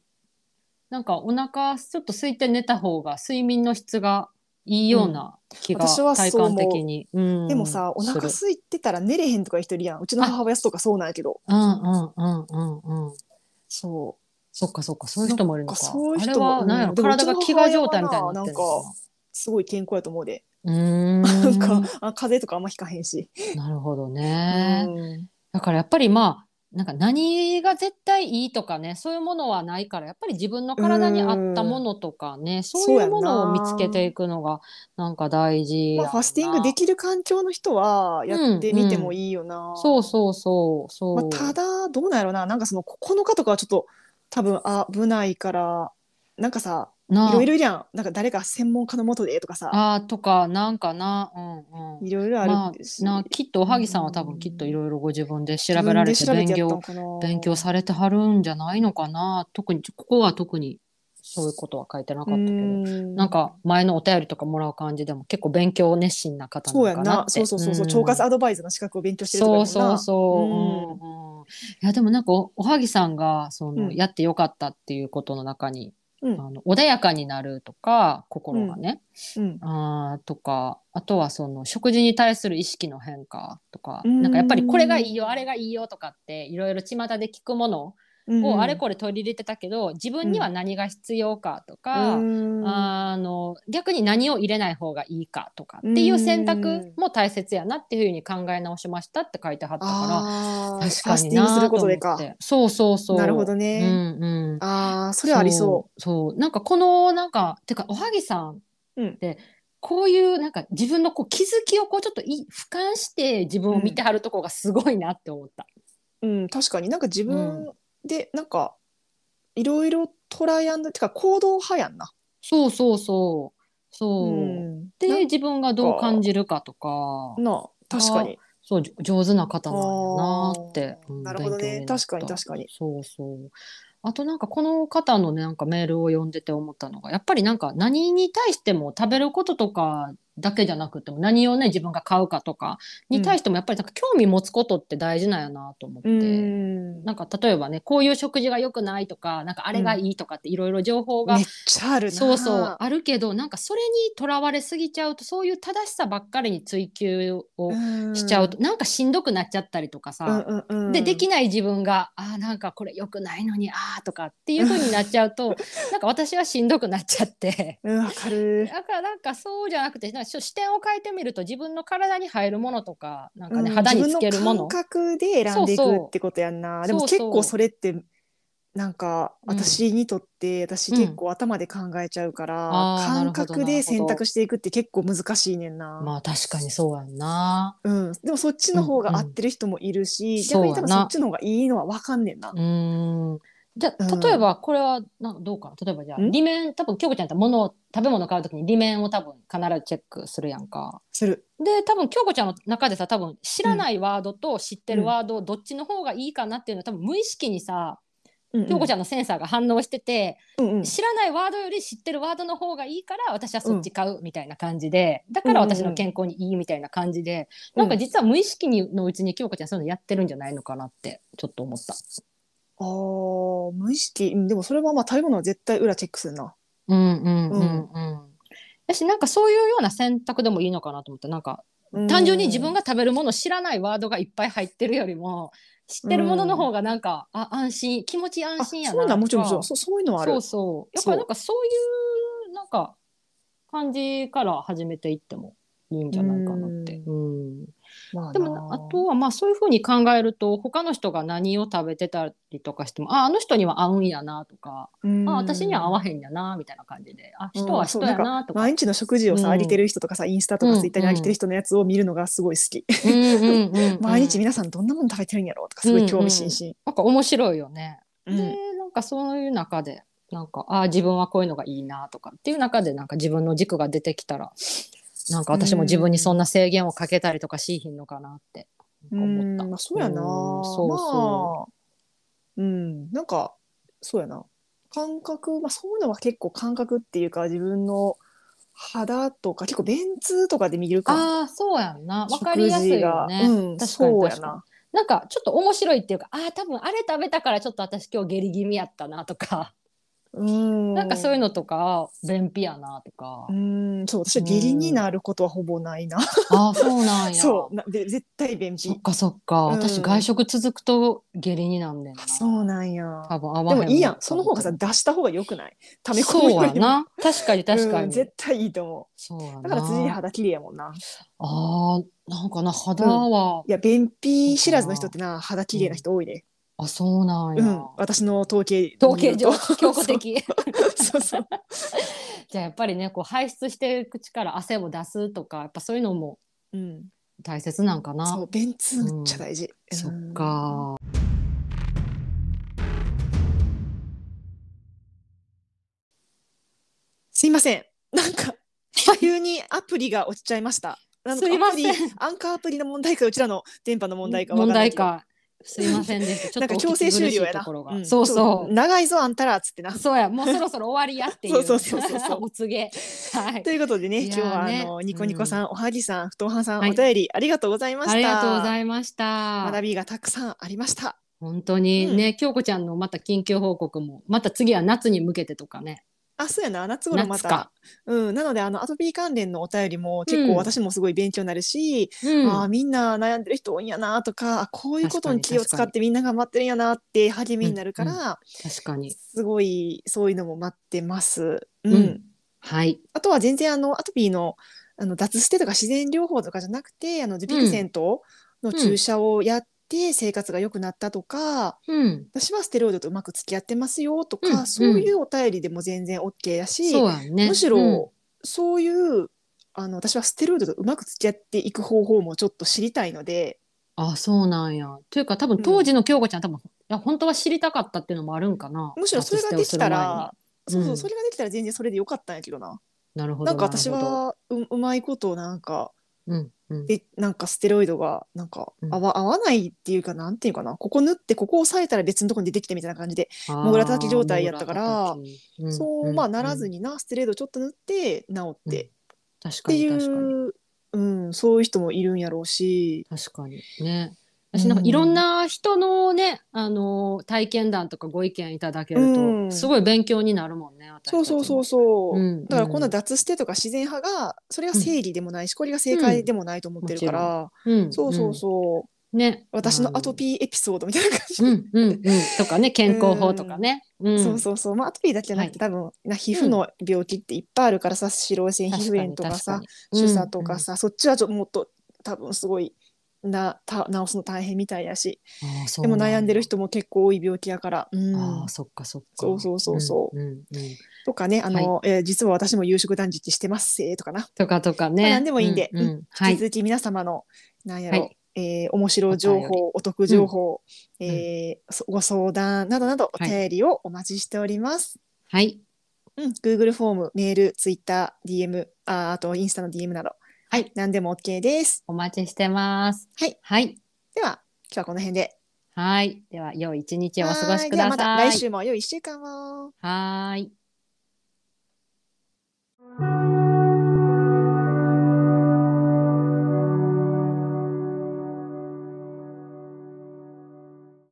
なんかお腹ちょっと空いて寝た方が睡眠の質がいいような気が、うん私は体そう思感う的に。うんでもさお腹す空いてたら寝れへんとかいう人いるやんうちの母親とかそうなんやけどるうんうんうんうんうん。そうそっかそっかそういう人もいるのか。なんかそういう人あれもはなんやろうんでも体がう飢ちの母餓親状は態みたいになってるすごい健康やと思うで。のかな。う なんーんか、あ風邪とかあんまひかへんし。なるほどうね。んだからやっぱりまあなんか何が絶対いいとかねそういうものはないからやっぱり自分の体に合ったものとかねそういうものを見つけていくのがなんか大事やんまあ、なファスティングできる環境の人はやってみてもいいよな。そうそうそうそう、まあ、ただ、どうなんやろな。なんかその9日とかはちょっと多分危ないから、なんかさ、いなろいろいるやん。なんか誰か専門家のもとでとかさ、あーとかなんかなうんうんいろいろあるまあなきっとおはぎさんは多分きっといろいろご自分で調べられて勉強勉強されてはるんじゃないのかな特にここは特にそういうことは書いてなかったけど。なんかか前のお便りとかもらう感じでも結構勉強熱心な方なそうのやかんななっ。てそうそうそうそんう、腸活アドバイザーの資格を勉強してるとかやそもうんそうなそう、ううんうんいやでもなんかおおはぎさんがその、うんやってよかったっていうことの中に、うんあの穏やかになるとか心がね、うんあーとかあとはその食事に対する意識の変化とか、うんなんかやっぱりこれがいいよあれがいいよとかっていろいろ巷で聞くものうんをあれこれ取り入れてたけど、自分には何が必要かとか、うんあの逆に何を入れない方がいいかとかっていう選択も大切やなっていうふうに考え直しましたって書いてはったかあら確ーかファスにティングなするとこと思でっか。てそうそうそうなるほどうね。んうんああ、それはありそうそうなんかこのなんかてかおはぎさんって、こういうなんか自分のこう気づきをこうちょっとい俯瞰して自分を見てはるとこがすごいなって思った。う。うん、確かになんか自分で、なんか、いろいろトライアンド、てか行動派やんな。そうそうそうそう、うん。で自分がどう感じるかとかななあ確かに。そうじょ上手な方なんやなって、あーうんなるほ勉ど強ねに。なった確かに確かに。そうそうあとなんかこの方のねなんかメールを読んでて思ったのがやっぱりなんか何に対しても食べることとかだけじゃなくても何をね自分が買うかとかに対してもやっぱりなんか興味持つことって大事なんやなと思って、うん。なんか例えばねこういう食事が良くないとかなんかあれがいいとかっていろいろ情報がめっちゃあるな。そうそうあるけどなんかそれにとらわれすぎちゃうとそういう正しさばっかりに追求をんしちゃうと、なんかしんどくなっちゃったりとかうんさ、うんうん。でできない自分があーなんかこれ良くないのにあーとかっていう風になっちゃう となんか私はしんどくなっちゃって。うん、わかる。だからなんかそうじゃなくてなんかしょ視点を変えてみると自分の体に入るものとかなんかね、うん肌につけるもの自分の感覚で選んでいそうくそうってことやんそな。うそうでも結構それってなんかうん私にとって、私結構頭で考えちゃうから、あーなる感ほど覚なでるほど選択していくって結構難しいねんな。まあ確かにそうやんなうん、でもそっちの方が合ってる人もいるし、うん逆うんに多分そっちの方がいいのはわかんねんなう。ーんじゃうんあ例えばこれはなどうかな例えばじゃあん利面多分京子ちゃんって物を食べ物買うときに利面を多分必ずチェックするやんか。する。で多分京子ちゃんの中でさ多分知らないワードと知ってるワードどっちの方がいいかなっていうのは多分無意識にさ京子ちゃゃんのセンサーが反応しててん、うんうん、知らないワードより知ってるワードの方がいいから私はそっち買うみたいな感じでだから私の健康にいいみたいな感じでうんなんか実は無意識にのうちに京子ちゃんそういうのやってるんじゃないのかなってちょっと思った。あー無意識、うん、でもそれはまあ食べ物は絶対裏チェックするな。うんうんうんうん。だしなんかそういうような選択でもいいのかなと思ってなんかうん単純に自分が食べるもの知らないワードがいっぱい入ってるよりも知ってるものの方がなんか、あ安心気持ち安心やあなそうなんもちろんもちろんとそうそういうのかはあるそうそうやっぱりなんかそういうなんか感じから始めていってもいいんじゃないかなって。うんまあなでもあとはまあそういうふうに考えると他の人が何を食べてたりとかしてもああの人には合うんやなとかうんあ私には合わへんやなみたいな感じであうん人は人やなとか,、毎日の食事をさ、うんあげてる人とかさインスタとうかんツイッターにあげてる人のやつを見るのがすごい好き、うんうんうんうん毎日皆さんどんなもの食べてるんやろうとかすごい興味津々、なんか面白いよね、うんでなんかそういう中でなんかあ自分はこういうのがいいなとかっていう中でなんか自分の軸が出てきたらなんか私も自分にそんな制限をかけたりとかしいひんのかなってなんか思った、まあ、そうやな、うんそうそまあうんなんかそうやな感覚、まあ、そういうのは結構感覚っていうか自分の肌とか結構便通とかで見るうかああそうやんなわ食かりやすい事がよね、う確ん、かにそうや確かにななんかちょっと面白いっていうかああ多分あれ食べたからちょっと私今日下痢気味やったなとか、うんなんかそういうのとか便秘やなとかう、んそう私は下痢になることはほぼないな、ああそうなんや そうなで絶対便秘そっかそっか、うん私外食続くと下痢になんねんなあそうなんや。多分合わでへんもいいやん。その方がさ、さ出した方が良くない。溜め込むそうよやりも。な確かに確か うんに、絶対いいと思そうやなう。だから辻に肌綺麗やもんな。あーなんかな肌は、いや、便秘知らずの人ってな、肌綺麗な人多いね。あそうなんうや、ん。私の統計。統計上強固固的 そうそう。じゃあやっぱりねこう排出していく力汗を出すとかやっぱそういうのもうん。大切なんかなそう、便通めっちゃ大事。そうんっ。か。すいません。なんか、急にアプリが落ちちゃいました。なんかすいませんアプリアンカーアプリの問題か、うちらの電波の問題かわ問からない題けど。か。すいません でした。ちょなっんかと強制終了やとなころ。が。うんそうちょっそと長いぞ、あんたらっつってなう。。そうや、もうそろそろ終わりやっていう。そうそうそうそう お告げ。はいと。いうことでね、いや今ー日はあの、ねニコニコさん、おはぎさん、布団派さん、はいお便りありがとうございました。ありがとうございいました。学びがたくさんありました。本当にうんね、京子ちゃんのまた緊急報告も、また次は夏に向けてとかね。あ、そうやな、夏頃ま夏たか。。うん、なので、あの、アトピー関連のお便りも結うん構私もすごい勉強になるし、うんあーみんな悩んでる人多いんやなとか、あこういうことに確か気にを使ってみんな頑張ってるんやなって励みになるから、うん確かに。すごいそういうのも待ってます。うん。うんはい。あとは全然あのアトピーのあの脱ステとか自然療法とかじゃなくて、あのデュピクセントの注射をやって生活が良くなったとか、うん。私はステロイドとうまく付き合ってますよとうんか、うんそういうお便りでも全然 OK だし、そうやんね。むしろ、うんそういうあの私はステロイドとうまく付き合っていく方法もちょっと知りたいので、あ、そうなんや。というか、多うん分当時の京子ちゃん、多分、いや、本当は知りたかったっていうのもあるんかな。むしろそれができたら、夏捨てそをうする前にんそうう、それができたら全然それでよかったんやけどな。なるほど。なんか私るほど、はううまいことなんかうん、うん。でなんかステロイドがなんかうん合わ,、合わないっていうかなんていうかなここ縫ってここ押さえたら別のとこに出てきてみたいな感じで、モもぐらたたき状態やったから、うんそうまあならずに。にな、ステロイドちょっと縫って治って、確っかてに、い確かに。う、うん、そういう人もいるんやろうし、確かに。ね。私なんかいろんな人のね、あの体験談とかご意見いただけると、うんすごい勉強になるもんね私たちそうもそうそうそう、うんだからこんうなん脱ステとか自然派がそれが正義でもないし、これが正解でもないと思ってるから、う、ん、そうそうそう、うん、ね私のアトピーエピソードみたいな感じ、うんうんうん、とかね健康法とかね、うんそうそうそう、まあ、アトピーだけじゃなくて、多分な皮膚の病気っていっぱいあるからさ脂漏性皮膚炎とかさ主査とか、さ、そっちはちょっともっと多分すごいなた治すの大変みたいやし確かにうんあーそうでなもんだ悩んでる人も結構多い病気やから、うんあーそっかそっかそうそうそうそううんうんうんとかねあの、えー実は私も夕食断食してますせーとかな、とかとかね、まあ何でもいいんでううは引きい続き皆様のなんやろ、はいえー面白情お便報お得情報、んえーそご相談などなどお便りをお待ちしております。はいうん、Google フォーム、メール、Twitter、DM、ああとインスタの DM など、はい、何でも OK です。お待ちしてますはいはいでは、今日はこの辺で。はいでは良い一日をお過ごしくはーいではだまさたい来週も良い1週間を。はーい